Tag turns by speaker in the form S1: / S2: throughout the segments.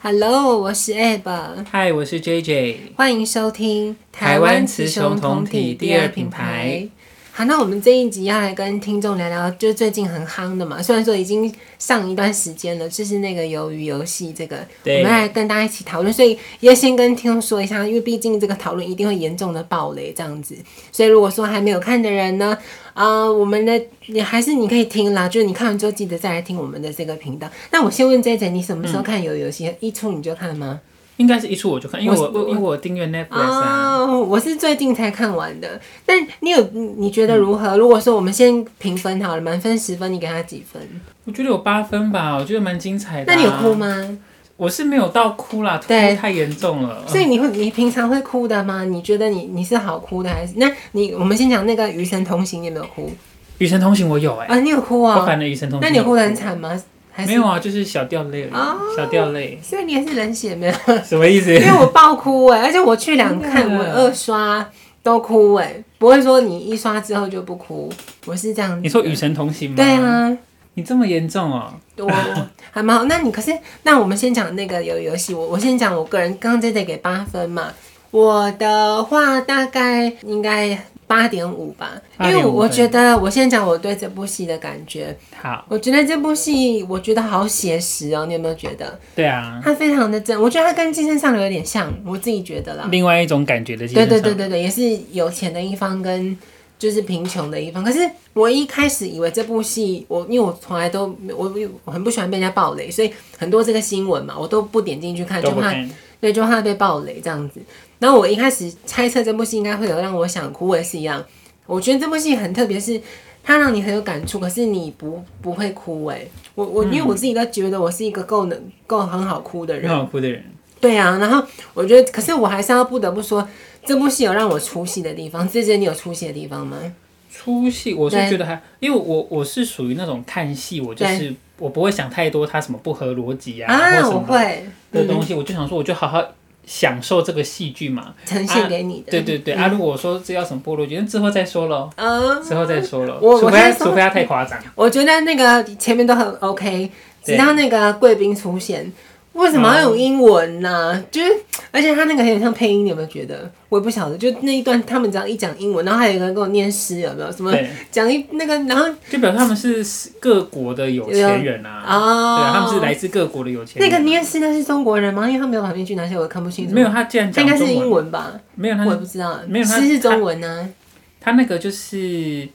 S1: Hello，我是 Ab，
S2: 嗨，我是 JJ。
S1: 欢迎收听
S2: 台湾雌雄同体第二品牌。
S1: 好，那我们这一集要来跟听众聊聊，就是最近很夯的嘛，虽然说已经上一段时间了，就是那个鱿鱼游戏这个，我
S2: 对
S1: 们来跟大家一起讨论，所以要先跟听众说一下，因为毕竟这个讨论一定会严重的爆雷这样子，所以如果说还没有看的人呢，呃，我们的你还是你可以听啦，就是你看完之后记得再来听我们的这个频道。那我先问 J J，你什么时候看鱿鱼游戏？一出你就看吗？
S2: 应该是一出我就看，因为我我因为我订阅 Netflix 啊。
S1: 哦，我是最近才看完的。但你有你你觉得如何？
S2: 嗯
S1: 如果说我们先评分好了，满分十分，你给他几分？
S2: 我觉得有八分吧，我觉得蛮精彩的、
S1: 那
S2: 啊
S1: 你有哭？
S2: 嗯
S1: 吗？
S2: 我是没有到哭啦，哭
S1: 对
S2: 太严重了。
S1: 所以你会你平常会哭的吗？你觉得你你是好哭的还是？那你我们先讲那个《与神同行》，你有没有哭
S2: 与神同行我有哎、
S1: 啊？你有哭
S2: 我
S1: 啊、
S2: 反了与神同行。
S1: 那你有哭得很惨吗？还是
S2: 没有？啊，就是小掉泪而已，
S1: 哦
S2: 小掉泪，
S1: 所以你也是冷血没 有？
S2: 什么意思？
S1: 因为我爆哭哎、而且我去两看，
S2: 真
S1: 我
S2: 的啊
S1: 二刷都哭哎、不会说你一刷之后就不哭，我是这样子。
S2: 你说与神同行吗？
S1: 对，啊。
S2: 你这么严重哦、
S1: 我还蛮好。那你可是，那我们先讲那个游游戏，我我先讲我个人，刚刚 J J 给八分嘛，我的话大概应该八点五吧，因为我
S2: 8.5
S1: 我觉得我先讲我对这部戏的感觉，
S2: 好，
S1: 我觉得这部戏我觉得好写实哦，你有没有觉得
S2: 对啊，
S1: 它非常的真？我觉得它跟《寄生上流》有点像，我自己觉得啦。
S2: 另外一种感觉的，
S1: 对对对，对对，也是有钱的一方跟就是贫穷的一方。可是我一开始以为这部戏，我因为我从来都我我很不喜欢被人家暴雷，所以很多这个新闻嘛，我都不点进去看，
S2: 都
S1: 就
S2: 不
S1: 怕
S2: 看，
S1: 对，就怕被暴雷这样子。然后我一开始猜测这部戏应该会有让我想哭，我也是一样。我觉得这部戏很特别，是它让你很有感触，可是你不不会哭哎、我我因为我自己都觉得我是一个够能够很好哭的人
S2: 很，好哭的人。
S1: 对啊，然后我觉得，可是我还是要不得不说，这部戏有让我出戏的地方。这姐，你有出戏的地方吗？
S2: 出戏，我是
S1: 对
S2: 觉得还，因为我我是属于那种看戏，我就是我不会想太多，它什么不合逻辑啊，或什
S1: 我嗯
S2: 么
S1: 会
S2: 的东西，我就想说，我就好好享受这个戏剧嘛。
S1: 呈现给你的。
S2: 对对对，啊，如果我说这要什么不合逻辑，那之后再说喽，
S1: 嗯，
S2: 之后再说喽。
S1: 我
S2: 除
S1: 我
S2: 非它
S1: 先说
S2: 除非它太夸张，
S1: 我觉得那个前面都很 OK，直
S2: 对
S1: 到那个贵宾出现，为什么要用英文呢、
S2: 嗯
S1: 就是，而且他那个很像配音，你有没有觉得？我也不晓得，就那一段他们只要一讲英文，然后还有一个人跟我念诗，有没有？什么
S2: 对
S1: 讲一那个，然后
S2: 就表示他们是各国的有钱人啊，对
S1: 哦，
S2: 啊，他们是来自各国的有钱
S1: 那个
S2: 人。
S1: 念诗的是中国人吗？因为他没有把面具拿下，我也看不清楚。
S2: 没有，他竟然
S1: 他
S2: 讲
S1: 应该是
S2: 中
S1: 英
S2: 文，
S1: 文吧？
S2: 没有他
S1: 我也不知道，
S2: 没有他
S1: 诗是中文呢、
S2: 他那个就是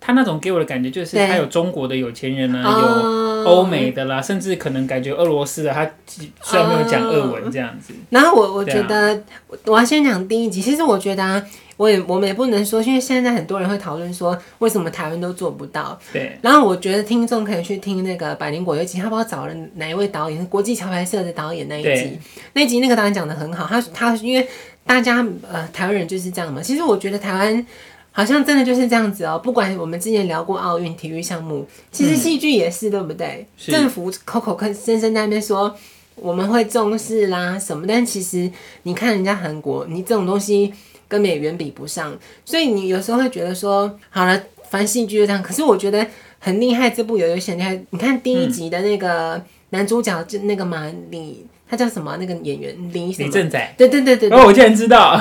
S2: 他那种给我的感觉就是
S1: 对
S2: 他有中国的有钱人啊，有
S1: 哦
S2: 欧美。的啦，甚至可能感觉俄罗斯的，他虽然没有讲俄文这样子，
S1: 然后我我
S2: 对啊
S1: 觉得，我我要先讲第一集。其实我觉得啊，我也我们也不能说，因为现在很多人会讨论说，为什么台湾都做不到。
S2: 对，
S1: 然后我觉得听众可以去听那个《百灵果》有一集，他不知道找了哪一位导演，是国际桥牌社的导演那一集
S2: 对。
S1: 那一集那个导演讲的很好，他他因为大家呃台湾人就是这样嘛。其实我觉得台湾好像真的就是这样子哦，不管我们之前聊过奥运体育项目，其实戏剧也是、对不对？
S2: 嗯是
S1: 政府口口跟深深在那边说。我们会重视啦什么，但其实你看人家韩国，你这种东西跟美元比不上，所以你有时候会觉得说，好了，反正戏剧就这样。可是我觉得很厉害，这部有有些厉害。你看第一集的那个男主角，就那个嘛李，他叫什么啊？那个演员李什
S2: 李
S1: 么？
S2: 正宰，
S1: 对对对对，对
S2: 哦，我竟然知道，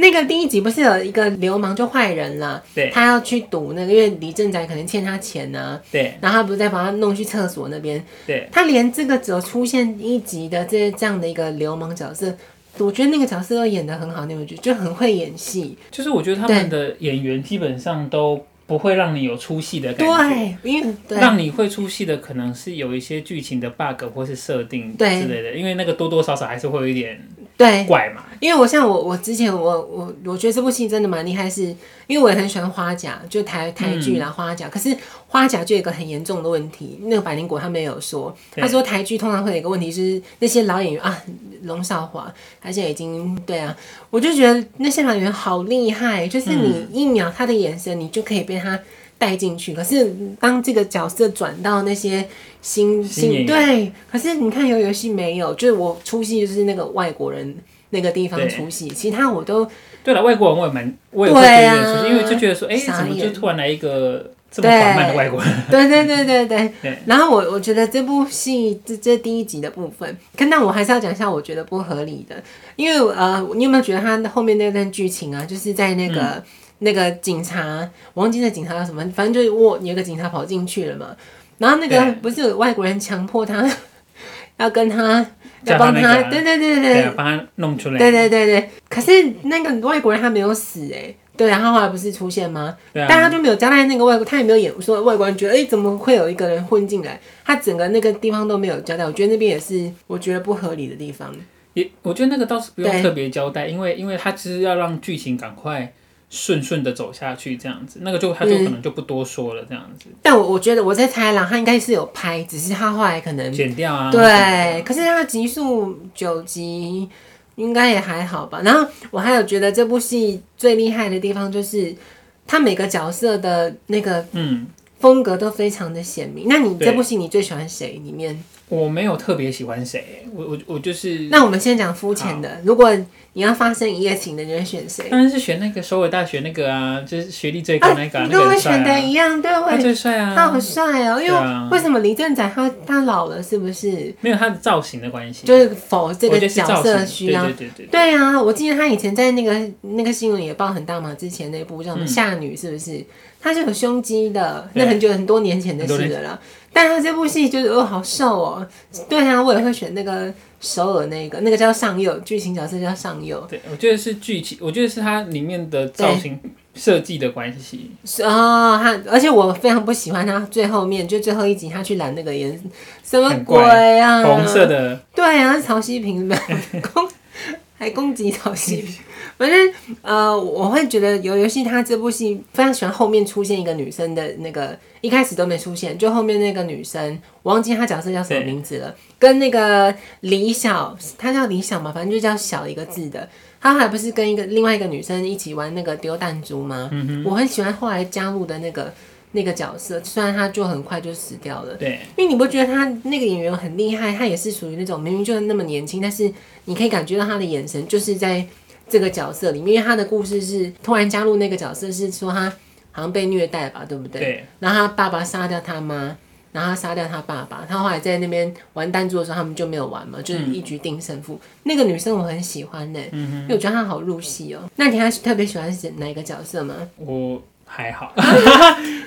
S1: 那个第一集不是有一个流氓就坏人啦，
S2: 对
S1: 他要去赌那个，因为李正宰可能欠他钱啊，
S2: 对
S1: 然后他不是再把他弄去厕所那边，
S2: 对，
S1: 他连这个只有出现一集的这这样的一个流氓角色，我觉得那个角色都演得很好，你有没有觉得就很会演戏？
S2: 就是我觉得他们的演员基本上都不会让你有出戏的感觉。
S1: 对，因为对
S2: 让你会出戏的可能是有一些剧情的 bug 或是设定之
S1: 对
S2: 类的，因为那个多多少少还是会有一点
S1: 对，
S2: 怪嘛。
S1: 因为我像我我之前我我我觉得这部戏真的蛮厉害是，因为我也很喜欢花甲，就台台剧啦、
S2: 嗯
S1: 花甲。可是花甲就有一个很严重的问题，那个百灵果他没有说，
S2: 对
S1: 他说台剧通常会有一个问题就是那些老演员啊，龙少华他现在已经对啊，我就觉得那些老演员好厉害，就是你
S2: 嗯
S1: 一秒他的眼神，你就可以被他。带进去，可是当这个角色转到那些新
S2: 新演员
S1: 对，哎可是你看有游戏没有？就是我出戏就是那个外国人那个地方
S2: 对
S1: 出戏，其他我都
S2: 对了，外国人我也蛮，我也会
S1: 对
S2: 觉
S1: 啊
S2: 得出戏，因为就觉得说，哎、
S1: 傻
S2: 怎么就
S1: 眼
S2: 突然来一个这么缓慢的外国人，
S1: 对对对对对。
S2: 对
S1: 然后我我觉得这部戏这这第一集的部分，可那我还是要讲一下我觉得不合理的，因为呃，你有没有觉得他后面那段剧情啊，就是在那个、
S2: 嗯
S1: 那个警察，我忘记那警察叫什么，反正就是我有个警察跑进去了嘛，然后那个
S2: 对
S1: 不是有外国人强迫他 要跟他要
S2: 叫他
S1: 帮
S2: 那
S1: 他，
S2: 个啊
S1: 对对对对
S2: 对啊，帮他弄出来，
S1: 对对对对，可是那个外国人他没有死哎、对，然后后来不是出现吗？
S2: 对
S1: 但他
S2: 啊，
S1: 就没有交代那个外国，他也没有演说外国人觉得，哎、怎么会有一个人混进来？他整个那个地方都没有交代，我觉得那边也是我觉得不合理的地方。
S2: 也我觉得那个倒是不用
S1: 对
S2: 特别交代，因为因为他只是要让剧情赶快顺顺的走下去，这样子，那个就他就
S1: 嗯
S2: 可能就不多说了，这样子，
S1: 但我我觉得我在猜啦，他应该是有拍，只是他后来可能
S2: 剪掉啊，
S1: 嗯对，可是他集数九集应该也还好吧。然后我还有觉得这部戏最厉害的地方就是，他每个角色的那个
S2: 嗯，
S1: 风格都非常的鲜明。那你
S2: 对
S1: 这部戏你最喜欢谁？里面？
S2: 我没有特别喜欢谁，我我我就是，
S1: 那我们先讲肤浅的，如果你要发生一夜情的，你会选谁？
S2: 当然是选那个首尔大学那个啊，就是学历最高
S1: 啊，
S2: 那个、啊，
S1: 你
S2: 那
S1: 跟
S2: 个
S1: 我
S2: 很帅
S1: 选的
S2: 啊，
S1: 一样，对，我
S2: 他
S1: 也
S2: 最帅啊，
S1: 他好帅哦。因为
S2: 对啊
S1: 为什么李正宰他他老了是不是？
S2: 没有他的造型的关系，
S1: 就是否这
S2: 我
S1: 个
S2: 觉得是
S1: 角
S2: 造
S1: 色
S2: 型，
S1: 需
S2: 对
S1: 要
S2: 对对对
S1: 对啊，我记得他以前在那个那个新闻也报很大嘛，之前那部叫什么《
S2: 嗯
S1: 夏女》，是不是？她是有胸肌的，
S2: 对
S1: 那很久很多年前的事
S2: 很
S1: 了啦。但她这部戏就是哦，好瘦哦。对啊，我也会选那个首尔那个，那个叫上佑，剧情角色叫上佑。
S2: 对，我觉得是剧情，我觉得是它里面的造型设计的关系。
S1: 是哦，他而且我非常不喜欢他最后面，就最后一集他去染那个颜，什么
S2: 很
S1: 鬼
S2: 怪
S1: 啊？
S2: 红色的，
S1: 对啊，曹希平攻还攻击曹希平，反正呃，我会觉得游游戏他这部戏非常喜欢后面出现一个女生的那个，一开始都没出现，就后面那个女生，我忘记她角色叫什么
S2: 对
S1: 名字了，跟那个李晓，她叫李晓嘛，反正就叫小一个字的。她还不是跟一个另外一个女生一起玩那个丢弹珠吗？我很喜欢后来加入的那个那个角色，虽然她就很快就死掉了。
S2: 对
S1: 因为你不觉得他那个演员很厉害，他也是属于那种明明就那么年轻，但是你可以感觉到他的眼神就是在这个角色里面，因为他的故事是突然加入那个角色，是说他好像被虐待吧，对不对？
S2: 对
S1: 然后他爸爸杀掉他妈，然后他杀掉他爸爸，他后来在那边玩弹珠的时候，他们就没有玩嘛，就是一局定胜负。那个女生我很喜欢呢、因为我觉得她好入戏哦、那你还特别喜欢哪一个角色吗？
S2: 我还好。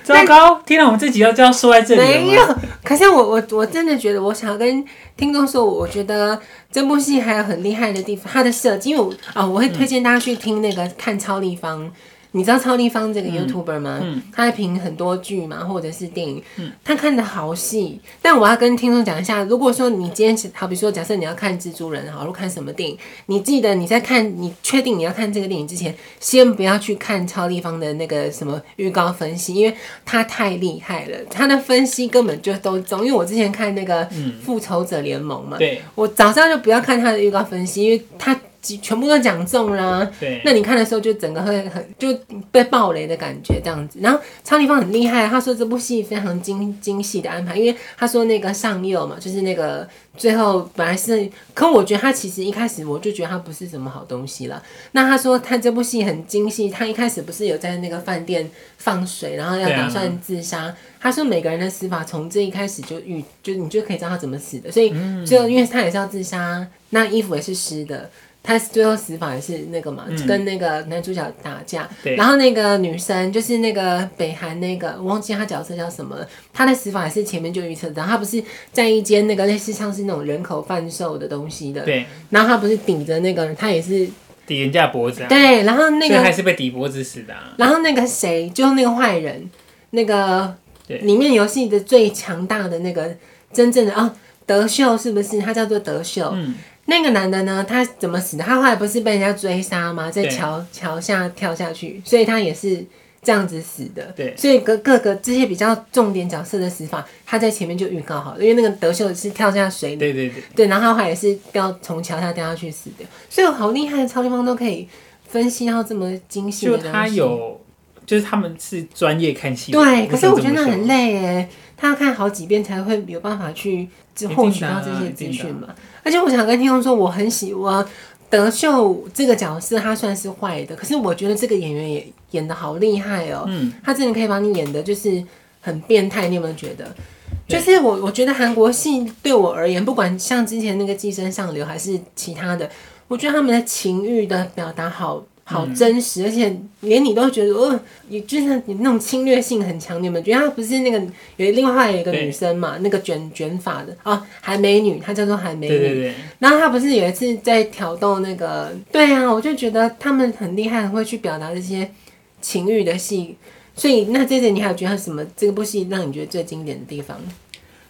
S2: 糟糕，天哪，我们这集要就要说在这里了
S1: 没
S2: 吗？
S1: 有，可是我我我真的觉得，我想要跟听众说，我觉得这部戏还有很厉害的地方，它的设计，因为我啊、我会推荐大家去听那个看超立方。你知道超立方
S2: 嗯
S1: 这个 YouTuber 吗？他在评很多剧嘛，或者是电影，
S2: 嗯
S1: 他看的好细。但我要跟听众讲一下，如果说你今天好比说，假设你要看蜘蛛人，好，如果看什么电影，你记得你在看，你确定你要看这个电影之前，先不要去看超立方的那个什么预告分析，因为他太厉害了，他的分析根本就都中。因为我之前看那个《复仇者联盟》嘛，
S2: 对
S1: 我早上就不要看他的预告分析，因为他几全部都讲中啊啦、
S2: 对
S1: 那你看的时候就整个会很就被暴雷的感觉这样子。然后超立方很厉害，他说这部戏非常精精细的安排，因为他说那个上右嘛，就是那个最后本来是，可我觉得他其实一开始我就觉得他不是什么好东西了。那他说他这部戏很精细，他一开始不是有在那个饭店放水，然后要
S2: 对啊
S1: 打算自杀。他说每个人的死法从这一开始就预，就你就可以知道他怎么死的，所以
S2: 嗯
S1: 就因为他也是要自杀，那衣服也是湿的。他最后死法也是那个嘛，跟那个男主角打架，
S2: 嗯对
S1: 然后那个女生就是那个北韩那个，我忘记她角色叫什么了。她的死法也是前面就预测到，她不是在一间那个类似像是那种人口贩售的东西的，
S2: 对，
S1: 然后她不是顶着那个，她也是
S2: 抵人家脖子啊，
S1: 对，然后那
S2: 所以
S1: 个
S2: 还是被抵脖子死的啊。
S1: 然后那个谁，就是那个坏人，那个
S2: 对
S1: 里面游戏的最强大的那个真正的哦，德秀是不是？他叫做德秀。
S2: 嗯
S1: 那个男的呢，他怎么死的？他后来不是被人家追杀吗？在
S2: 对
S1: 桥桥下跳下去，所以他也是这样子死的。
S2: 对
S1: 所以各各个这些比较重点角色的死法，他在前面就预告好了，因为那个德秀是跳下水里
S2: 对对对，
S1: 对，然后他后来也是掉从桥下掉下去死掉，所以我好厉害的超地方都可以分析到这么精细的
S2: 就
S1: 东西。
S2: 他有，就是他们是专业看戏的，
S1: 对，可是我觉得那
S2: 能这么
S1: 很
S2: 说。
S1: 累耶，他要看好几遍才会有办法去就获取到这
S2: 一定的啊
S1: 些
S2: 一定
S1: 资
S2: 的
S1: 讯嘛。而且我想跟听众说，我很喜欢德秀这个角色，他算是坏的，可是我觉得这个演员也演的好厉害哦、
S2: 嗯，
S1: 他真的可以把你演的，就是很变态，你有没有觉得？就是我我觉得韩国戏对我而言，不管像之前那个《寄生上流》还是其他的，我觉得他们的情欲的表达好好真实，而且连你都觉得，哦，你就是你那种侵略性很强。你们觉得她不是那个有另外有一个
S2: 对
S1: 女生嘛，那个卷卷发的啊，韩美女，她叫做韩美
S2: 对
S1: 女
S2: 对。对，
S1: 然后她不是有一次在挑逗那个，对啊，我就觉得他们很厉害，很会去表达这些情欲的戏。所以那这次你还有觉得什么？这部戏让你觉得最经典的地方？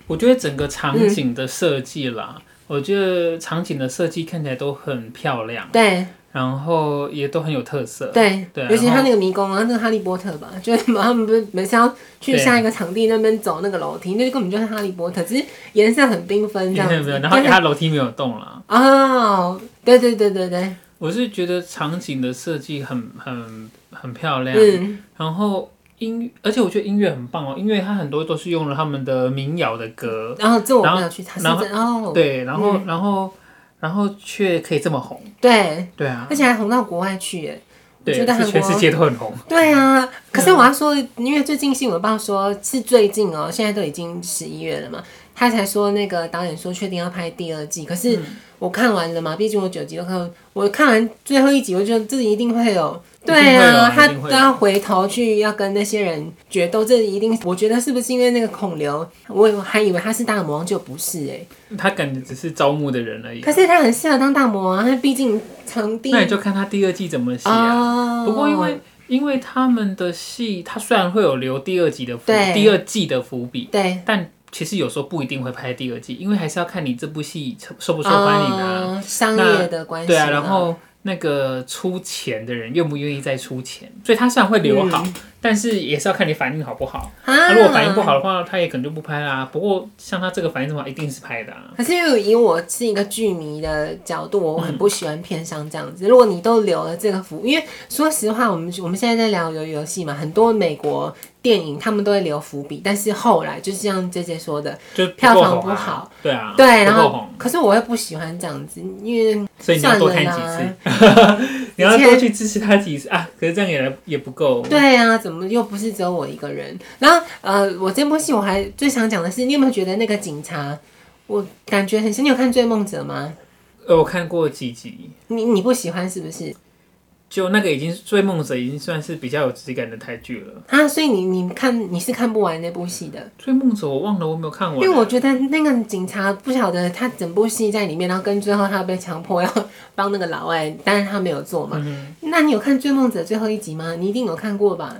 S2: 我觉得整个场景的设计啦，
S1: 嗯
S2: 我觉得场景的设计看起来都很漂亮，
S1: 对
S2: 然后也都很有特色。
S1: 对
S2: 对
S1: 尤其
S2: 然后
S1: 他那个迷宫啊，那个哈利波特吧，就是 他们不是每次要去
S2: 对
S1: 下一个场地那边走那个楼梯，那根本就是哈利波特，只是颜色很缤纷
S2: 没
S1: 这样
S2: 有
S1: 子。
S2: 没有，然后
S1: 但是
S2: 它楼梯没有动啦。
S1: 哦，对对对对对，
S2: 我是觉得场景的设计很很很漂亮，
S1: 嗯，
S2: 然后音，而且我觉得音乐很棒哦，因为它很多都是用了他们的民谣的歌，
S1: 然后这我
S2: 然后
S1: 没有去，他是
S2: 然后
S1: 真哦，
S2: 对，然后、然后然后却可以这么红，
S1: 对，
S2: 对啊，
S1: 而且还红到国外去耶。我
S2: 对，
S1: 觉得韩
S2: 是全世
S1: 国
S2: 界都嗯很红，
S1: 对啊，可是我要说，因为最近新闻报说是最近哦、现在都已经十一月了嘛，他才说那个导演说确定要拍第二季，可是
S2: 嗯
S1: 我看完了嘛，毕竟我九集都看完，我看完最后一集，我觉得这一定会有。
S2: 一定会有
S1: 对啊，他
S2: 一定会
S1: 都
S2: 有
S1: 要回头去要跟那些人决斗，这一定，我觉得是不是因为那个孔刘，我以为还以为他是大魔王，就不是哎、
S2: 他感觉只是招募的人而已
S1: 可。是他很适合当大魔王，啊他毕竟从第一
S2: 那你就看他第二季怎么写啊。
S1: 哦
S2: 不过因为因为他们的戏，它虽然会有留第二集的伏
S1: 对，
S2: 第二季的伏笔，
S1: 对
S2: 但其实有时候不一定会拍第二季，因为还是要看你这部戏受受不受欢迎啊。
S1: 哦商业的关系
S2: 对
S1: 啦，
S2: 啊，然后那个出钱的人愿不愿意再出钱，所以他虽然会留好，
S1: 嗯
S2: 但是也是要看你反应好不好。他、
S1: 啊，
S2: 如果反应不好的话，他也可能就不拍啦、不过像他这个反应这么好，一定是拍的啊。
S1: 可是因为以我是一个剧迷的角度，我很不喜欢片商这样子。如果你都留了这个伏，因为说实话，我们我们现在在聊游游戏嘛，很多美国电影他们都会留伏笔，但是后来就是像 J J 说的，
S2: 就不够
S1: 票房不
S2: 红啊
S1: 好，
S2: 对啊，
S1: 对，
S2: 不
S1: 然
S2: 够
S1: 后
S2: 红，
S1: 可是我又不喜欢这样子，因为
S2: 所以你要多看几
S1: 算了啦
S2: 次， 你要多去支持他几次啊。可是这样也来也不够，
S1: 对啊，怎么又不是只有我一个人？然后呃，我这部戏我还最想讲的是，你有没有觉得那个警察，我感觉很像，你有看《追梦者》吗？
S2: 呃，我看过几集，
S1: 你你不喜欢是不是？
S2: 就那个已经《追梦者》已经算是比较有质感的台剧了，
S1: 啊，所以你你看你是看不完那部戏的，
S2: 《追梦者》我忘了我没有看完，
S1: 因为我觉得那个警察不晓得他整部戏在里面，然后跟最后他被强迫要帮那个老外，但是他没有做
S2: 嗯
S1: 嘛。那你有看《追梦者》最后一集吗？你一定有看过吧？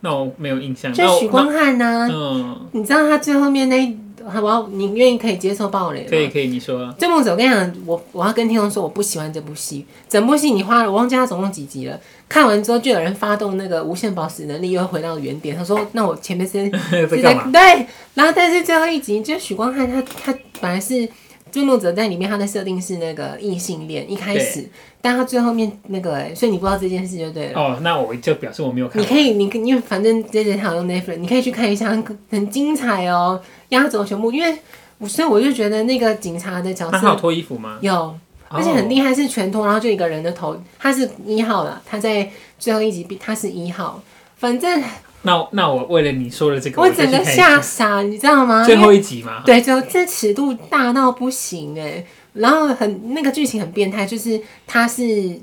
S2: 那我没有印象。
S1: 就是许光汉
S2: 嗯那
S1: 呐、
S2: 我嗯，
S1: 你知道他最后面那一，好不好？你愿意可以接受暴雷吗？
S2: 可以可以，你说。啊
S1: 追梦者，我跟你讲，我我要跟听众说，我不喜欢这部戏。整部戏你花了，我忘记它总共几集了。看完之后，就有人发动那个无限宝石能力，又回到原点。他说：“那我前面是
S2: 在
S1: 是
S2: 干嘛
S1: 对。”然后，但是最后一集，就许光汉他他本来是追梦者在里面，他的设定是那个异性恋，一开始，但他最后面那个、欸，所以你不知道这件事就对了。
S2: 哦，那我就表示我没有看
S1: 你
S2: 完。
S1: 可以，你可因为反正这些好用 Netflix，你可以去看一下，很很精彩哦，压轴全部。因为我所以我就觉得那个警察的角
S2: 那
S1: 色
S2: 他有脱衣服吗？
S1: 有，而且很
S2: 害。
S1: 厉害，是全脱，然后就一个人的头，他是一号了，他在最后一集比他是一号，反正
S2: 哦那那我为了你说的这个，
S1: 我整
S2: 再去
S1: 个
S2: 看一
S1: 吓
S2: 下
S1: 傻，你知道吗？
S2: 最
S1: 因
S2: 后
S1: 为
S2: 一集嘛。
S1: 对，最后这尺度大到不行哎、然后很那个剧情很变态，就是他是。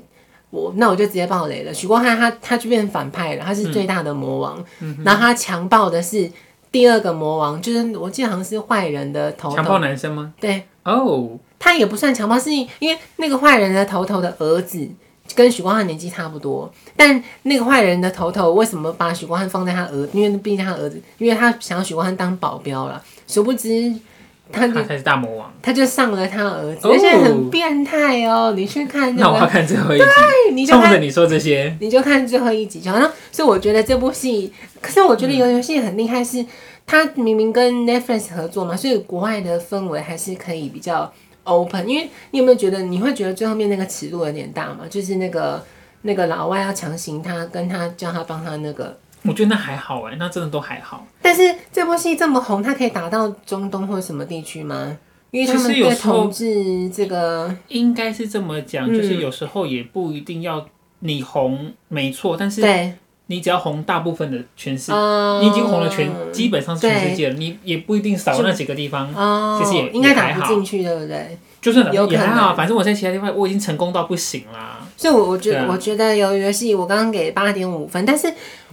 S1: 我那我就直接爆雷了。许光汉他他就变反派了，他是最大的魔王，
S2: 嗯
S1: 然后他强暴的是第二个魔王，就是我记得好像是坏人的头
S2: 强
S1: 头
S2: 暴，男生吗？
S1: 对，
S2: 哦，
S1: 他也不算强暴，是因为那个坏人的头头的儿子跟许光汉年纪差不多，但那个坏人的头头为什么把许光汉放在他儿？因为毕竟他儿子，因为他想要许光汉当保镖了，殊不知他就
S2: 他才是大魔王。
S1: 他就上了他儿子，
S2: 哦
S1: 而且很变态哦！你去看
S2: 那
S1: 那
S2: 我要
S1: 个，
S2: 看最后一集，
S1: 你就
S2: 冲着
S1: 看。
S2: 你说这些，
S1: 你就看最后一集就好。那所以我觉得这部戏，可是我觉得游游戏很厉害是，它明明跟 Netflix 合作嘛，所以国外的氛围还是可以比较 open。因为你有没有觉得，你会觉得最后面那个尺度有点大嘛？就是那个那个老外要强行他跟他叫他帮他那个，
S2: 我觉得那还好哎，那真的都还好。
S1: 但是这部戏这么红，它可以打到中东或什么地区吗？因为他们
S2: 其实有
S1: 对
S2: 时候
S1: 统治这个，
S2: 应该是这么讲，
S1: 嗯
S2: 就是有时候也不一定要你红，没错，但是
S1: 对
S2: 你只要红大部分的全世，
S1: 嗯
S2: 你已经红了全，基本上是全世界了，你也不一定少那几个地方，
S1: 哦，
S2: 其实也
S1: 应该
S2: 也
S1: 打
S2: 还
S1: 不
S2: 好
S1: 进去，对不对？
S2: 就算
S1: 有
S2: 也
S1: 可
S2: 还
S1: 能
S2: 好，反正我在其他地方我已经成功到不行啦。
S1: 所以我，我觉
S2: 对
S1: 得，
S2: 啊
S1: 我觉得鱿鱼游戏，我刚刚给八点五分，但是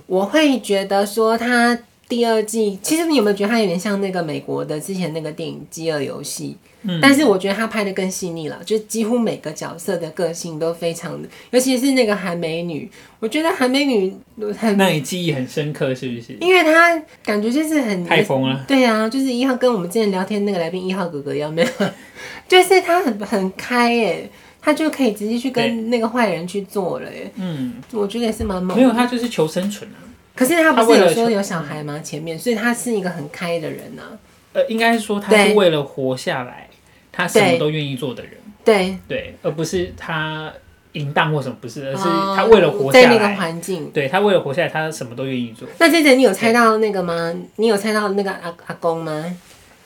S1: 我会觉得说它第二季，其实你有没有觉得它有点像那个美国的之前那个电影《饥饿游戏》？
S2: 嗯，
S1: 但是我觉得他拍的更细腻了，就几乎每个角色的个性都非常的，尤其是那个韩美女，我觉得韩美女很，
S2: 那你记忆很深刻是不是？
S1: 因为她感觉就是很
S2: 太疯了，
S1: 对啊，就是一号跟我们之前聊天那个来宾一号哥哥一样，没有， 就是他很很开耶，他就可以直接去
S2: 对
S1: 跟那个坏人去做了耶，
S2: 嗯，
S1: 我觉得也是蛮猛
S2: 没
S1: 的。
S2: 有，他就是求生存啊。
S1: 可是他
S2: 他
S1: 不
S2: 为
S1: 是有
S2: 了
S1: 说
S2: 求
S1: 有小孩吗？前面，所以他是一个很开的人啊呢、
S2: 呃，应该说他是
S1: 对
S2: 为了活下来，他什么
S1: 对
S2: 都愿意做的人，
S1: 对，
S2: 对，而不是他淫荡或什么，不是，而是
S1: 哦
S2: 他为了活
S1: 在
S2: 下
S1: 那个
S2: 来，
S1: 环境，
S2: 对他为了活下来，他什么都愿意做。
S1: 那这姐，你有猜到那个吗？你有猜到那个阿阿公吗？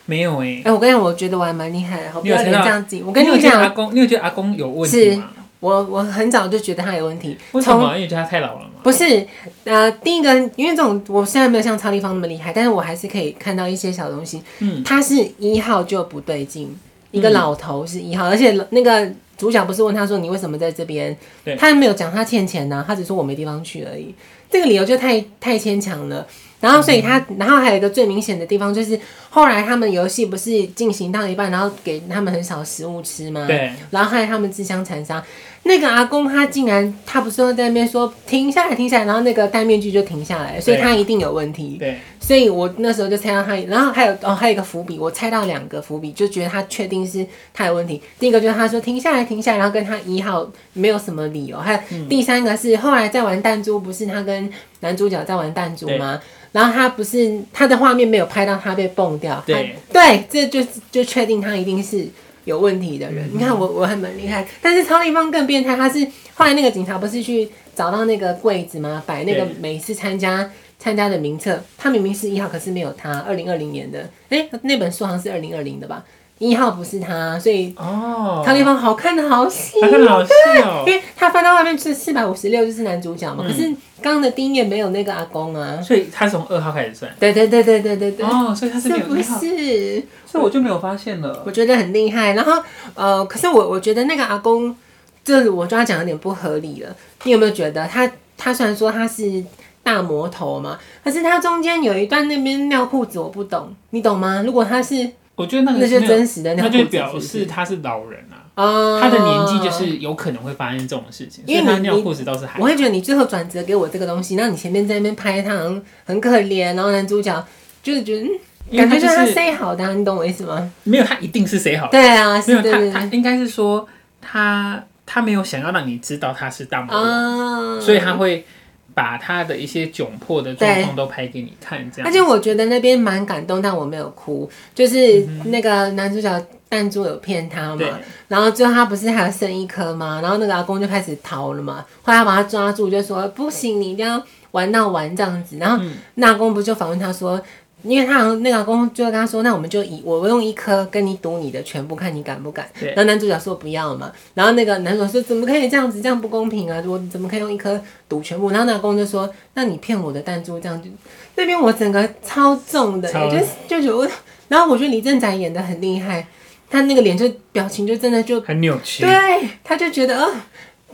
S2: 没有哎、
S1: 哎、我跟你讲，我觉得我还蛮厉害的，好，不
S2: 你有
S1: 要
S2: 猜
S1: 脸
S2: 到
S1: 这样子。我跟
S2: 你有
S1: 你
S2: 觉得阿
S1: 讲，
S2: 公，你有觉得阿公有问题吗？
S1: 我我很早就觉得他有问题，
S2: 为什
S1: 从
S2: 么？因为觉得他太老了嘛。
S1: 不是，呃，第一个，因为这种我现在没有像超立方那么厉害，但是我还是可以看到一些小东西。
S2: 嗯，
S1: 他是一号就不对劲，一个
S2: 嗯
S1: 老头是一号，而且那个主角不是问他说你为什么在这边
S2: 对？
S1: 他没有讲他欠钱呢、啊他只说我没地方去而已。这个理由就太太牵强了。然后，所以他，
S2: 嗯
S1: 然后还有一个最明显的地方就是，后来他们游戏不是进行到一半，然后给他们很少食物吃吗？
S2: 对，
S1: 然后害他们自相残杀。那个阿公他竟然，他不是说在那边说停下来，停下来，然后那个戴面具就停下来，所以
S2: 对
S1: 他一定有问题。
S2: 对，
S1: 所以我那时候就猜到他，然后还有哦，还有一个伏笔，我猜到两个伏笔，就觉得他确定是他有问题。第一个就是他说停下来，停下来，然后跟他一号没有什么理由。还有
S2: 嗯
S1: 第三个是后来在玩弹珠，不是他跟男主角在玩弹珠吗？然后他不是他的画面没有拍到他被蹦掉，
S2: 对
S1: 他对，这就就确定他一定是有问题的
S2: 嗯
S1: 人。你看我我还蛮厉害，但是超立方更变态，他是后来那个警察不是去找到那个柜子吗？摆那个
S2: 对
S1: 每次参加参加的名册，他明明是一号，可是没有他。二零二零年的，哎、那本书好像是二零二零的吧？一号不是他，所以
S2: 哦，
S1: 超立方好看的好细。
S2: 他看好戏哦
S1: 因。为他翻到外面是四百五十六，就是男主角嘛。
S2: 嗯
S1: 可是刚刚的第一页没有那个阿公啊。
S2: 所以他从二号开始算。
S1: 对对对对对对对，
S2: 哦，所以他是没
S1: 是
S2: 有
S1: 不
S2: 一号，
S1: 是？
S2: 所以我就没有发现了。
S1: 我觉得很厉害。然后呃，可是我我觉得那个阿公，这我就要讲有点不合理了。你有没有觉得他他虽然说他是大魔头嘛，可是他中间有一段那边尿裤子我不懂，你懂吗？如果他是
S2: 我觉得那个
S1: 那
S2: 是
S1: 些
S2: 没有，
S1: 真实的尿
S2: 那
S1: 裤
S2: 就
S1: 子，
S2: 表示他是老人啊，
S1: 啊
S2: 他的年纪就。是有可能会发生这种事情，所
S1: 因为
S2: 以
S1: 你
S2: 他尿裤子倒是还
S1: 我。会觉得你最后转折给我这个东西，让你前面在那边拍他好像很可怜，然后男主角就是觉得，嗯
S2: 因为
S1: 感
S2: 他
S1: 觉
S2: 就
S1: 就是他
S2: 是
S1: say 好的啊、你懂我意思吗？
S2: 没有，他一定是谁好的，
S1: 对啊，
S2: 没
S1: 是
S2: 有
S1: 对
S2: 他
S1: 对
S2: 他
S1: 对
S2: 应该是说他他没有想要让你知道他是大魔王，
S1: 啊，
S2: 所以他会把他的一些窘迫的状况都拍给你看，这样
S1: 而。且我觉得那边蛮感动，但我没有哭，就是那个男主角弹珠有骗他
S2: 嗯对
S1: 嘛，然后最后他不是还有剩一颗吗？然后那个阿公就开始逃了嘛，后来他把他抓住，就说不行，你一定要玩到完这样子。然
S2: 嗯
S1: 后那阿公不就反问他说，因为他好像那个阿公就跟他说，那我们就以我用一颗跟你赌你的全部，看你敢不敢。
S2: 对
S1: 然后男主角说不要嘛，然后那个男主角说怎么可以这样子，这样不公平啊！我怎么可以用一颗赌全部？然后那个阿公就说，那你骗我的弹珠这样就。那边我整个超重的、欸，
S2: 超
S1: 就是就觉得我，然后我觉得李正宰演的很厉害，他那个脸就表情就真的就
S2: 很扭曲，
S1: 对，啊他就觉得呃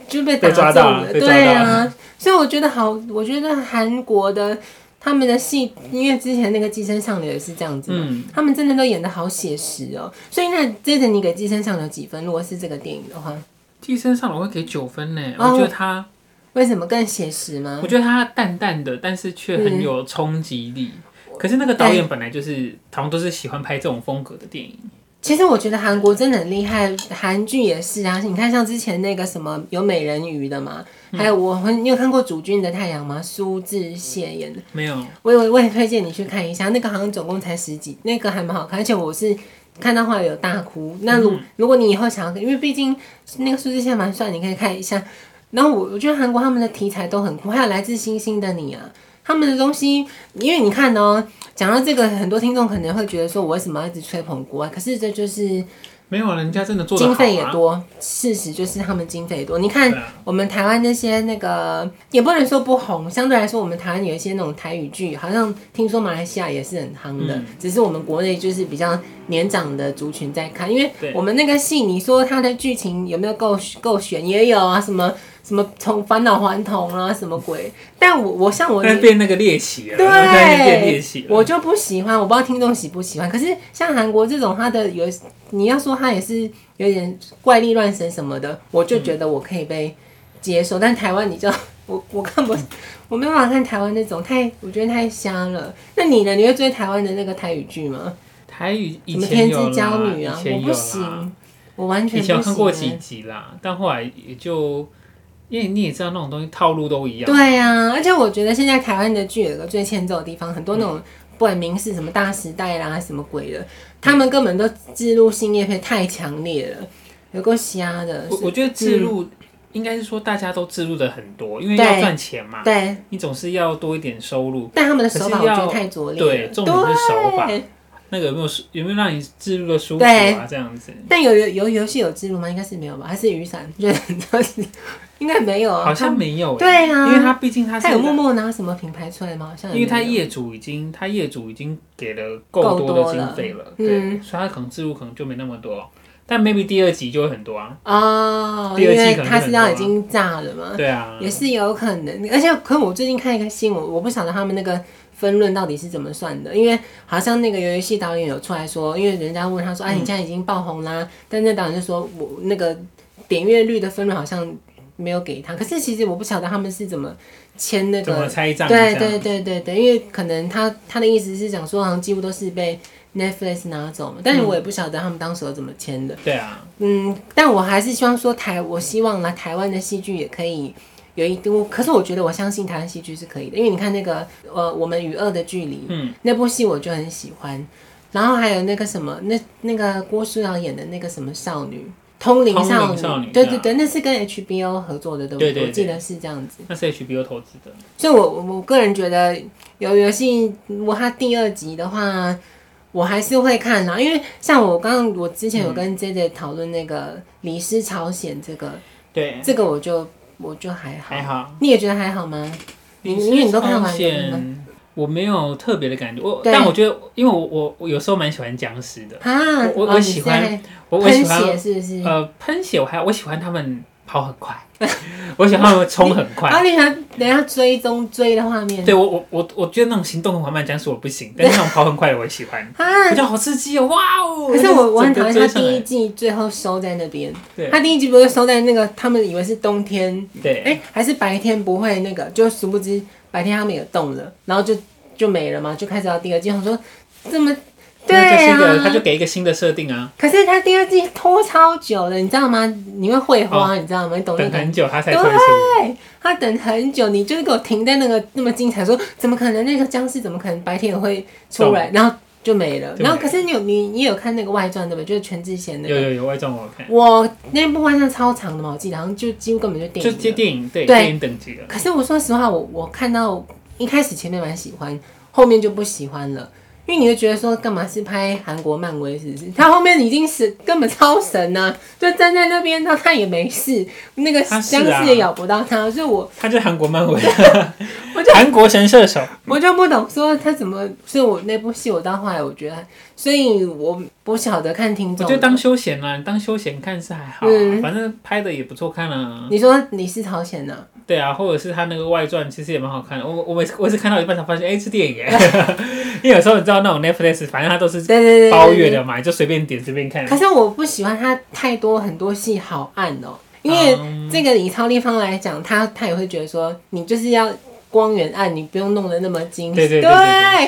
S1: 就被
S2: 被抓
S1: 打中
S2: 到了被抓
S1: 对
S2: 到
S1: 啊，所以我觉得好，我觉得韩国的他们的戏，因为之前那个《寄生上流》也是这样子嘛，
S2: 嗯
S1: 他们真的都演的好写实哦。所以那接着你给《寄生上流》几分？如果是这个电影的话，
S2: 寄生上我会给九分呢，我
S1: 哦
S2: 觉得他，
S1: 为什么更写实吗
S2: 我？觉得他淡淡的，但是却
S1: 嗯
S2: 很有冲击力。可是那个导演本来就是好像都是喜欢拍这种风格的电影，
S1: 其实我觉得韩国真的很厉害，韩剧也是啊。你看像之前那个什么有美人鱼的嘛，
S2: 嗯
S1: 还有我很，你有看过《主君的太阳》吗？苏志燮演的。
S2: 没有
S1: 我有我也推荐你去看一下，那个好像总共才十几，那个还蛮好看，而且我是看到后来有大哭。那如、如果你以后想要看，因为毕竟那个数字线蛮帅，你可以看一下。然后我我觉得韩国他们的题材都很酷，还有来自星星的你啊，他们的东西，因为你看哦、讲到这个，很多听众可能会觉得说，我为什么要一直吹捧国外？可是这就是
S2: 没有，人家真的做的、啊、
S1: 经费也多，事实就是他们经费也多。你看
S2: 对啊
S1: 我们台湾那些那个，也不能说不红，相对来说，我们台湾有一些那种台语剧，好像听说马来西亚也是很夯的，
S2: 嗯
S1: 只是我们国内就是比较年长的族群在看，因为
S2: 对
S1: 我们那个戏，你说它的剧情有没有够够悬，也有啊，什么什么从返老还童啊，什么鬼？但我我像我
S2: 但是变那个猎奇了，但是变猎奇
S1: 对，
S2: 了。
S1: 我就不喜欢，我不知道听众喜不喜欢。可是像韩国这种，它的有你要说它也是有点怪力乱神什么的，我就觉得我可以被接受。但台湾你就 我我看不，我没办法看台湾那种太，我觉得太瞎了。那你呢？你会追台湾的那个台语剧吗？
S2: 台语以
S1: 什么
S2: 前
S1: 天之
S2: 有啦，
S1: 娇女啊
S2: 以？
S1: 我
S2: 前有
S1: 不
S2: 啦
S1: 行，，我完全
S2: 以
S1: 不行
S2: 前有看过几
S1: 欸。
S2: 集啦，但后来也就因为你也知道那种东西套路都一样，
S1: 对呀、而且我觉得现在台湾的剧有个最欠揍的地方，很多那
S2: 嗯
S1: 种不管民视什么大时代啦什么鬼的，他们根本都植入性叶片太强烈了，有够瞎的。
S2: 我我觉得置入、应该是说大家都置入的很多，因为要
S1: 对
S2: 赚钱嘛，
S1: 对，
S2: 你总是要多一点收入。
S1: 但他们的手法
S2: 可
S1: 我
S2: 是要
S1: 觉得太拙劣
S2: 对
S1: 了，，
S2: 重点是手法
S1: 对，
S2: 那个有没有舒有没有让你置入的舒服啊？这样子，
S1: 但有有有游戏有植入吗？应该是没有吧？还是雨伞？就是 应该没有啊。
S2: 好像没有、欸，
S1: 对啊
S2: 因为他毕竟他
S1: 他
S2: 是
S1: 他有默默拿什么品牌出来吗？好像也
S2: 因为他
S1: 没有
S2: 业主已经，他业主已经给了
S1: 够
S2: 够
S1: 多
S2: 的
S1: 了
S2: 经费了，
S1: 嗯
S2: 对，所以他可能置入可能就没那么多，但 maybe 第二集就会很多啊，
S1: 哦，
S2: 第
S1: 因
S2: 二季
S1: 为
S2: 可能
S1: 他是
S2: 就很
S1: 要
S2: 多
S1: 已
S2: 啊
S1: 经炸了嘛。
S2: 对啊，
S1: 嗯也是有可能，而且可我最近看一个新闻，我不晓得他们那个分论到底是怎么算的，因为好像那个游戏导演有出来说，因为人家问他说，哎、
S2: 嗯
S1: 你现在已经爆红啦，但那导演就说我那个点阅率的分论好像没有给他，可是其实我不晓得他们是怎么签那
S2: 怎么
S1: 个，
S2: 拆账？
S1: 对对，对对对，因为可能他他的意思是讲说，好像几乎都是被 Netflix 拿走嘛，但
S2: 嗯
S1: 是我也不晓得他们当时有怎么签的。
S2: 对啊，
S1: 嗯，但我还是希望说台，我希望啦，台湾的戏剧也可以有一丢。可是我觉得，我相信台湾戏剧是可以的，因为你看那个呃，我们与恶的距离，
S2: 嗯，
S1: 那部戏我就很喜欢。然后还有那个什么，那那个郭书瑶演的那个什么少女，通灵
S2: 通灵
S1: 少女，
S2: 少女
S1: 对
S2: 对
S1: 对
S2: 啊
S1: 对，那是跟 HBO 合作的，对不
S2: 对对
S1: 我记
S2: 对
S1: 得是这样子。
S2: 那是 HBO 投资的，
S1: 所以我，我我个人觉得有游戏，如果它第二集的话，我还是会看啦。因为像我刚刚，我之
S2: 嗯
S1: 前有跟 J J 讨论那个《李氏朝鲜》这个，
S2: 对，
S1: 这个我就我就还好。
S2: 还哎好，
S1: 你也觉得还好吗？你因为你都看完了吗
S2: 我没有特别的感觉，我
S1: 对
S2: 但我觉得，因为我我我有时候蛮喜欢僵尸的，
S1: 啊，
S2: 我我
S1: 哦
S2: 我
S1: 你
S2: 喜欢
S1: 在
S2: 我我
S1: 喷
S2: 喜欢
S1: 血是不是？
S2: 呃喷血，我还我喜欢他们跑很快， 我喜欢他们冲很快，
S1: 啊，你想等一下追踪追的画面
S2: 对我我我我觉得那种行动很缓慢的僵尸我不行，但是那种跑很快的我也喜欢，
S1: 啊
S2: 我觉！得好刺激哦，哇哦！
S1: 可是我我很讨厌他
S2: 整个追上
S1: 第一
S2: 来
S1: 季最后收在那边，
S2: 对
S1: 他第一季不是收在那个他们以为是冬天
S2: 对，
S1: 哎、还是白天不会那个，就殊不知白天他们也动了，然后就就没了嘛，就开始到第二季。我说这么对
S2: 那就是一个他就
S1: 啊，
S2: 给一个新的设定啊，
S1: 可是他第二季拖超久了，你知道吗？你会会花，你知道吗？你懂哦那
S2: 哦等
S1: 个？
S2: 很久他才推出，
S1: 对，他等很久，你就是给我停在那个那么精彩，说怎么可能那个僵尸怎么可能白天也会出来，然后就没了。
S2: 就没
S1: 然后
S2: 了
S1: 可是你有你你有看那个外传对不对？就是全智贤那
S2: 有
S1: 个，
S2: 有有外传我有看，
S1: 我那部外传超长的嘛，我记得好像就几乎根本就电
S2: 就
S1: 影了，
S2: 接电影对
S1: 对
S2: 电影等级了，
S1: 可是我说实话，我我看到一开始前面蛮喜欢，后面就不喜欢了，因为你会觉得说干嘛是拍韩国漫威是不是？他后面已经是根本超神呐、就站在那边，他他也没事，那个
S2: 他
S1: 僵
S2: 是啊
S1: 尸也咬不到他，所以我
S2: 他就是韩国漫威，
S1: 我就
S2: 韩国神射手，
S1: 我就不懂说他怎么，所以我那部戏我到后来我觉得，所以我不晓得看听
S2: 我
S1: 众
S2: 觉得。当休闲啦，当休闲看是还好啊
S1: 嗯，
S2: 反正拍的也不错看啊，
S1: 你说你是朝鲜呢、
S2: 对啊，或者是他那个外传其实也蛮好看的，我我每次我也是看到一半才发现，哎，是电影耶， 因为有时候你知道那种 Netflix，反正它都
S1: 对
S2: 是
S1: 对对对，
S2: 包月
S1: 对
S2: 的嘛，你就随便点随便看，
S1: 可是我不喜欢他太多很多戏好暗哦、因为
S2: 嗯
S1: 这个以超立方来讲，他他也会觉得说，你就是要光源暗，你不用弄得那么精细，
S2: 对对对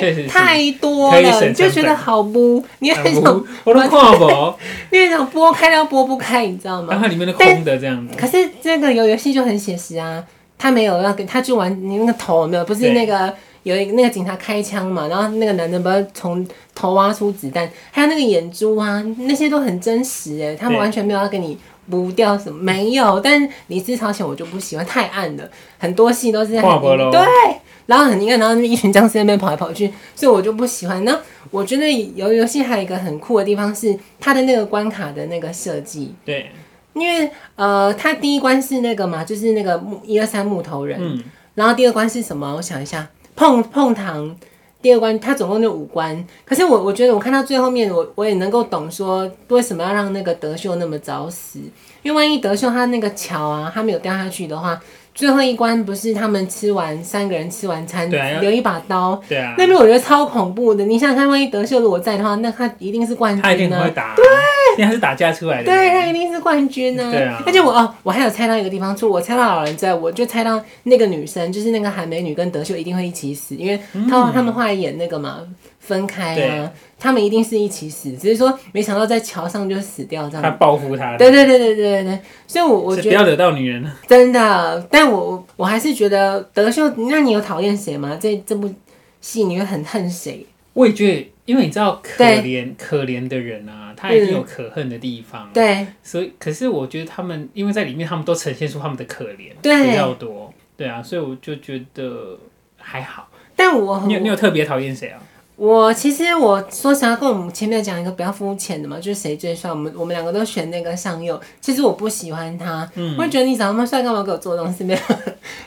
S2: 对对确实是
S1: 太多
S2: 可以
S1: 了，
S2: 省
S1: 你就
S2: 成
S1: 觉
S2: 本
S1: 得好不，你也
S2: 很
S1: 很
S2: 无
S1: 想，
S2: 哎我都看不，
S1: 你也想拨开，但拨不开，你知道
S2: 然
S1: 吗？
S2: 后里面的空的这样子，
S1: 可是这个游游戏就很写实啊，他没有要跟他就玩你那个头有没有？不是
S2: 对
S1: 那个有一个那个警察开枪嘛，然后那个男的不是从头挖出子弹，还有那个眼珠啊，那些都很真实哎，他们
S2: 对
S1: 完全没有要跟你。补掉什么没有，但《你是朝鲜》我就不喜欢，太暗了，很多戏都是很
S2: 跨博咯
S1: 对，然后很应该，然后一群僵尸在那边跑来跑去，所以我就不喜欢。那我觉得游游戏还有一个很酷的地方是它的那个关卡的那个设计，
S2: 对，
S1: 因为呃，它第一关是那个嘛，就是那个木一二三木头人，
S2: 嗯，
S1: 然后第二关是什么？我想一下，碰碰糖。第二关它总共就五关，可是我我觉得我看到最后面，我我也能够懂说为什么要让那个德秀那么早死，因为万一德秀他那个桥啊，他没有掉下去的话，最后一关不是他们吃完三个人吃完餐，
S2: 对啊要
S1: 留一把刀。
S2: 对啊，
S1: 那边我觉得超恐怖的，你想想看，万一德秀如果在的话，那他一定是冠
S2: 他一定
S1: 军
S2: 很
S1: 啊
S2: 会！打，对，因为他是打架出来的，
S1: 对，他一定是冠军呢、
S2: 对啊
S1: 而且我哦，我还有猜到一个地方，除了我猜到老人之外，我就猜到那个女生，就是那个韩美女跟德秀一定会一起死，因为他、他们后来演那个嘛分开
S2: 嗯对
S1: 啊，他们一定是一起死，只是说没想到在桥上就死掉这
S2: 他
S1: 样。
S2: 报复他的，
S1: 对对对对对对对，所以我我
S2: 是
S1: 觉
S2: 不
S1: 得
S2: 要惹到女人，啊
S1: 真的，但我我还是觉得德秀，那你有讨厌谁吗？这这部戏你会很恨谁？
S2: 我也觉得，因为你知道可
S1: 对
S2: 怜可怜的人啊，他一定有可恨的地方，
S1: 对
S2: 所以可是我觉得他们因为在里面他们都呈现出他们的可怜比
S1: 对，
S2: 较多，对啊，所以我就觉得还好。
S1: 但我很
S2: 你有你有特别讨厌谁啊？
S1: 我其实我说实话，跟我们前面讲一个比较肤浅的嘛，就是谁最帅，我们我们两个都选那个上佑。其实我不喜欢他，
S2: 嗯
S1: 我会觉得你长那么帅，干嘛给我做这种事？没有，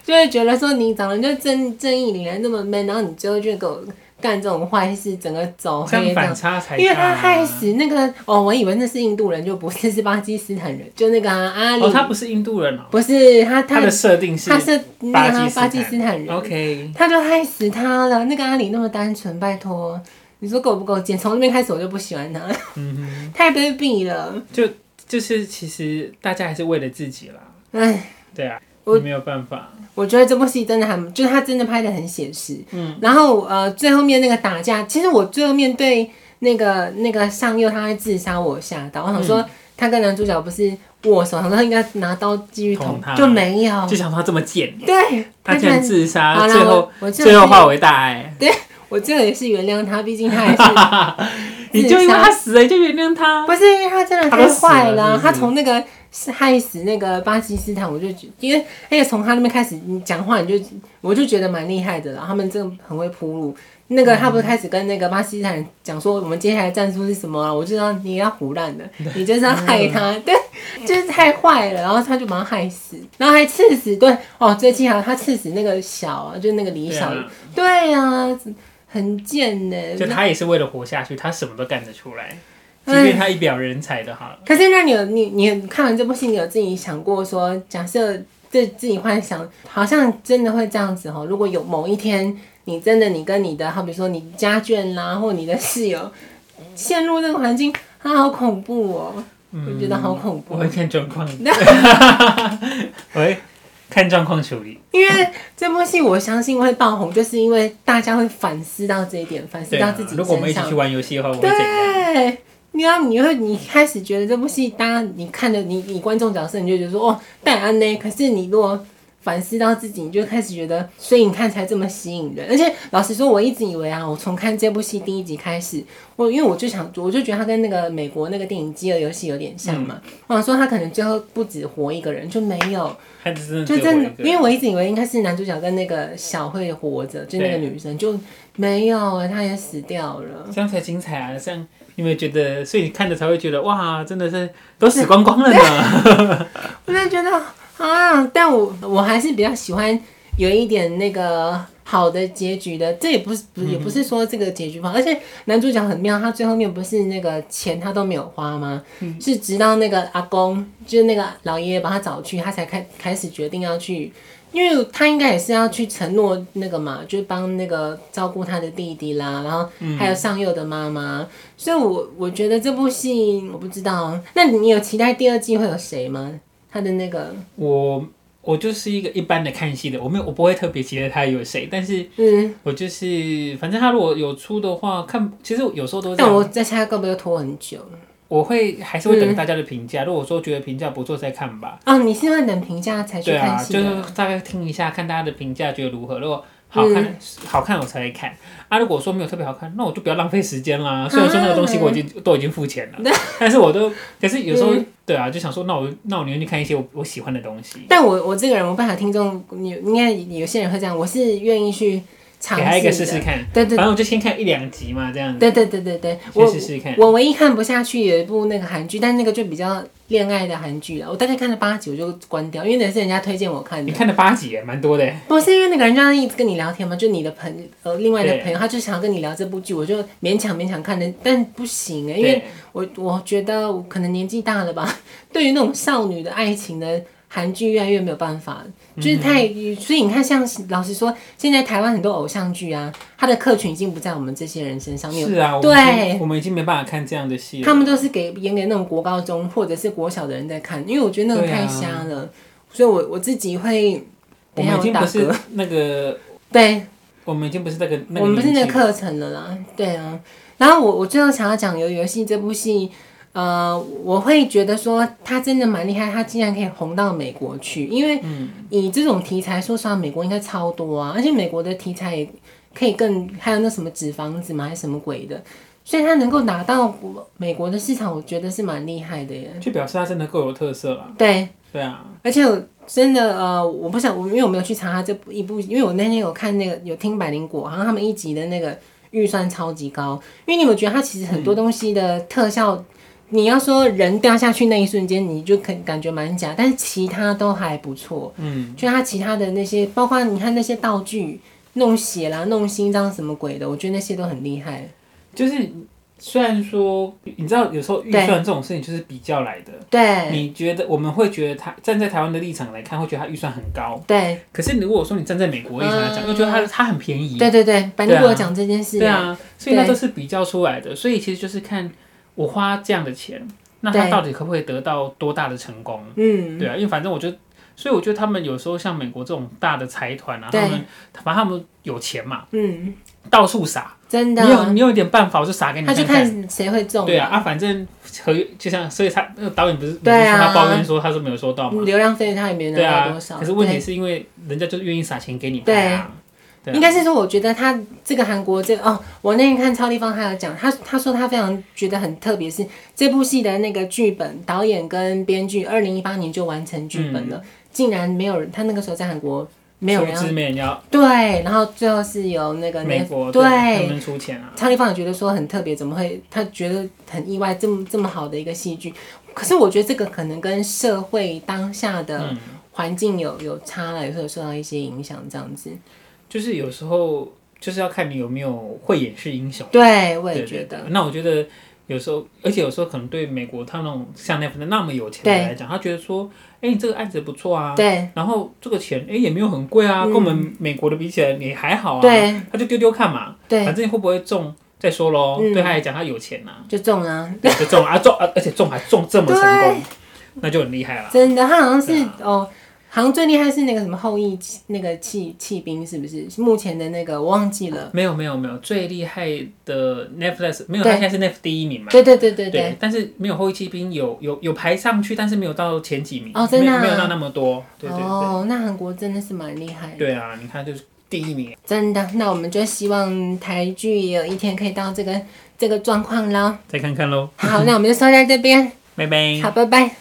S1: 就会觉得说你长得就正正义凛然那么 man，然后你最后就给我干这种坏事，整个走
S2: 这
S1: 黑
S2: 样
S1: 这
S2: 反
S1: 样。
S2: 差才大啊
S1: 因为他害死那个哦，我以为那是印度人，就不是是巴基斯坦人，就那个、啊、阿里，
S2: 哦，他不是印度人哦，
S1: 不是他
S2: 他
S1: 他
S2: 的设定是
S1: 他是那个啊巴
S2: 巴
S1: 基
S2: 基
S1: 斯
S2: 斯
S1: 坦人。
S2: OK，
S1: 他就害死他了。那个阿里那么单纯，拜托，你说够不够贱？从那边开始我就不喜欢他，
S2: 嗯
S1: 太卑鄙了。
S2: 哼，就是其实大家还是为了自己啦，
S1: 哎，
S2: 对啊，
S1: 我
S2: 你没有办法，
S1: 我觉得这部戏真的还，就是他真的拍的很写实。
S2: 嗯，
S1: 然后呃，最后面那个打架，其实我最后面对那个那个上佑他会自杀，我有吓到，我想
S2: 嗯
S1: 说。他跟男主角不是握手，想说应该拿刀继续捅
S2: 捅，他
S1: 就没有
S2: 就。想说他这么贱，
S1: 对，
S2: 他
S1: 哦居
S2: 竟
S1: 然
S2: 然自
S1: 好
S2: 杀，
S1: 啦
S2: 最后
S1: 我我这
S2: 最后
S1: 话
S2: 化为大爱，
S1: 我最后也是原谅他，毕竟他也是
S2: 你就因为他死了你就原谅他，
S1: 不是因为他真的
S2: 他
S1: 太
S2: 都死
S1: 坏
S2: 了
S1: 了啊，
S2: 是不是
S1: 他从那个是害死那个巴基斯坦，我就觉因为而且从他那边开始你讲话，你就我就觉得蛮厉害的了。他们真的很会铺路。那个他不是开始跟那个巴基斯坦人讲说我们接下来战术是什么啊？我就知道你要胡乱的，你就是要害他，
S2: 嗯
S1: 对，就是太坏了。然后他就把他害死，然后还刺死，对，哦，最气还有他刺死那个小啊，就是那个李
S2: 对
S1: 小，
S2: 啊，
S1: 对啊，很贱呢、
S2: 就他也是为了活下去，他什么都干得出来，即
S1: 哎
S2: 便他一表人才的好了，
S1: 可是那你有你你看完这部戏，你有自己想过说，假设对自己幻想，好像真的会这样子哦。如果有某一天，你真的你跟你的，好比说你家眷啦，或你的室友陷入那个环境，啊，好恐怖哦！
S2: 嗯
S1: 我觉得好恐怖哦
S2: 我会看状况，
S1: 嗯
S2: 我会看状况处理，
S1: 因为这部戏我相信会爆红，就是因为大家会反思到这一点，反思
S2: 对
S1: 到
S2: 啊
S1: 自己，身
S2: 如果我们一起
S1: 上
S2: 去。玩游戏的话，我会怎样？
S1: 对，你要你会你开始觉得这部戏，当然你看了你你观众角色，你就觉得说哦，戴安呢？可是你如果反思到自己，你就开始觉得，所以你看才这么吸引人。而且老实说，我一直以为啊，我从看这部戏第一集开始，我因为我就想，我就觉得他跟那个美国那个电影《饥饿游戏》有点像
S2: 嗯
S1: 嘛。我想说他可能最后不止活一个人，就没有。
S2: 他真的
S1: 就
S2: 嗯只有
S1: 真
S2: 我
S1: 的
S2: 一，个
S1: 因为我一直以为应该是男主角跟那个小慧活着，就那个
S2: 对
S1: 女生就没有啊，她也死掉了。
S2: 这样才精彩啊！这样你有没有觉得？所以你看着才会觉得哇，真的是都死光光了呢。
S1: 我就觉得啊，但我我还是比较喜欢有一点那个好的结局的。这也不是不也不是说这个结局不好，而且男主角很妙，他最后面不是那个钱他都没有花吗？是直到那个阿公，就是那个老爷爷把他找去，他才开开始决定要去。因为他应该也是要去承诺那个嘛，就是帮那个照顾他的弟弟啦，然后还有上佑的妈妈，所以我我觉得这部戏我不知道，那你有期待第二季会有谁吗？他的那个，
S2: 我我就是一个一般的看戏的，我没有我不会特别期待他有谁，但是
S1: 嗯，
S2: 我就是反正他如果有出的话，看其实有时候都这
S1: 但
S2: 样，
S1: 我在猜会不会拖很久
S2: 我会还是会
S1: 嗯
S2: 等大家的评价。如果说觉得评价不错再看吧。
S1: 哦？你是会等评价才去
S2: 对
S1: 看
S2: 啊，
S1: 戏
S2: 就
S1: 的？
S2: 是大概听一下，看大家的评价觉得如何。如果好看、
S1: 嗯
S2: 好看我才会看啊。如果说没有特别好看，那我就不要浪费时间
S1: 啊
S2: 啦。虽然说那个东西我已经、都已经 付钱了，但是我都可是有时候、
S1: 嗯
S2: 对啊，就想说那我那我宁愿去看一些我我喜欢的东西，
S1: 但我我这个人，我不法听众，你应该有些人会这样，我是愿意去尝试
S2: 给他
S1: 的。
S2: 一个试试看。
S1: 对对
S2: 反正我就先看一两集嘛，这样子
S1: 对对对对对，
S2: 先
S1: 我
S2: 试试看。
S1: 我唯一看不下去有一部那个韩剧，但那个就比较恋爱的韩剧了。我大概看了八集我就关掉，因为那是人家推荐我看
S2: 你
S1: 的。
S2: 看了八集耶，蛮多的耶。
S1: 不是哦因为那个人就一直跟你聊天嘛，就你的朋呃另外的
S2: 对
S1: 朋友，他就想要跟你聊这部剧，我就勉强勉强看的，但不行哎、因为
S2: 对
S1: 我我觉得我可能年纪大了吧，对于那种少女的爱情的韩剧越来越没有办法，就是太、
S2: 嗯
S1: 所以你看像老实说，现在台湾很多偶像剧啊，它的客群已经不在我们这些人身上面，
S2: 是啊，我们
S1: 对
S2: 已经我们已经没办法看这样的戏了。
S1: 他们都是给演给那种国高中或者是国小的人在看，因为我觉得那个
S2: 对啊
S1: 太瞎了，所以我我自己会
S2: 我
S1: 等一下
S2: 们已
S1: 我
S2: 经
S1: 打
S2: 不是
S1: 嗝
S2: 那个，
S1: 对
S2: 我们已经不是那个那个
S1: 我们不是那
S2: 年
S1: 个
S2: 纪
S1: 课程了啦，对啊。然后我我最后想要讲《鱿鱼游戏》这部戏，呃，我会觉得说它真的蛮厉害，它竟然可以红到美国去，因为以这种题材，说实话，美国应该超多啊，而且美国的题材也可以更，还有那什么纸房子嘛，还是什么鬼的，所以它能够拿到国美国的市场，我觉得是蛮厉害的耶。
S2: 就表示它真的够有特色了。
S1: 对，
S2: 对啊，
S1: 而且我真的呃，我不想，我因为我没有去查他这部一部，因为我那天有看那个有听百灵果，好像他们一集的那个预算超级高，因为你有没有觉得它其实很多东西的特效，你要说人掉下去那一瞬间，你就肯感觉蛮假，但是其他都还不错，
S2: 嗯，
S1: 就它其他的那些，包括你看那些道具。弄血啦，弄心脏什么鬼的，我觉得那些都很厉害。
S2: 就是虽然说你知道，有时候预
S1: 对
S2: 算这种事情就是比较来的。
S1: 对
S2: 你觉得我们会觉得他站在台湾的立场来看，会觉得他预算很高。
S1: 对
S2: 可是如果说你站在美国的立场来讲，
S1: 嗯
S2: 又觉得他他很便宜。
S1: 对对对，百灵
S2: 对
S1: 果
S2: 啊
S1: 讲这件事，
S2: 哦对啊，所以那
S1: 对
S2: 都是比较出来的。所以其实就是看我花这样的钱，那他
S1: 对
S2: 到底可不可以得到多大的成功？
S1: 嗯，
S2: 对啊，因为反正我觉得，所以我觉得他们有时候像美国这种大的财团啊，
S1: 对
S2: 他们反正他们有钱嘛，
S1: 嗯，
S2: 到处撒。
S1: 真
S2: 你
S1: 的。
S2: 有你有一点办法，我就撒给你
S1: 他
S2: 看
S1: 就看谁会中。
S2: 对啊，啊，反正合约就像，所以他那个导演不是不
S1: 对
S2: 是
S1: 啊
S2: 说他抱怨说他是没有收到
S1: 嗯，
S2: 嘛？
S1: 流量费他也没
S2: 对
S1: 拿到
S2: 啊
S1: 多少。，
S2: 可是问题是因为人家就是愿意撒钱给你拍啊，对
S1: 对
S2: 啊
S1: 应该是说，我觉得他这个韩国这个哦，我那天看超立方他有讲，他他说他非常觉得很特别，是这部戏的那个剧本导演跟编剧，二零一八年就完成剧本
S2: 嗯
S1: 了，竟然没有人，他那个时候在韩国没有人
S2: 出
S1: 要
S2: 资没人要，
S1: 对，然后最后是由那个
S2: 美国
S1: 对。
S2: 他们出钱啊，
S1: 超立方也觉得说很特别，怎么会？他觉得很意外，这么这么好的一个戏剧。可是我觉得这个可能跟社会当下的
S2: 嗯
S1: 环境有有差了，有时候受到一些影响，这样子。
S2: 就是有时候就是要看你有没有慧眼识英雄。
S1: 对，我也
S2: 对
S1: 觉
S2: 对
S1: 得，
S2: 对那我觉得有时候，而且有时候可能对美国他们那种像那份那么有钱的人来讲，他觉得说，哎，你这个案子不错啊，
S1: 对
S2: 然后这个钱哎也没有很贵啊，
S1: 嗯
S2: 跟我们美国的比起来你还好啊，
S1: 对，
S2: 他就丢丢看嘛，
S1: 对，
S2: 反正会不会中再说喽。
S1: 嗯
S2: 对他来讲，他有钱呐、
S1: 就中了啊。
S2: 对就中了啊中啊，而且中还中这么成功
S1: 对，
S2: 那就很厉害了。
S1: 真的，他好像是
S2: 对啊
S1: 哦，好像最厉害是那个什么后羿弃那个弃弃兵，是不是？目前的那个我忘记了。
S2: 没有没有没有，最厉害的 Netflix 没有，他
S1: 对
S2: 现在是 Netflix 第一名嘛。
S1: 对对对对对，
S2: 但是没有后裔骑兵有有有排上去，但是没有到前几名，
S1: 哦真的啊
S2: 没有没有到那么多。对对对、
S1: 哦，那韩国真的是蛮厉害的。
S2: 对啊，你看就是第一名，
S1: 真的，那我们就希望台剧也有一天可以到这个这个状况喽。
S2: 再看看喽，
S1: 好，那我们就说到这边，
S2: 拜拜。
S1: 好，拜拜。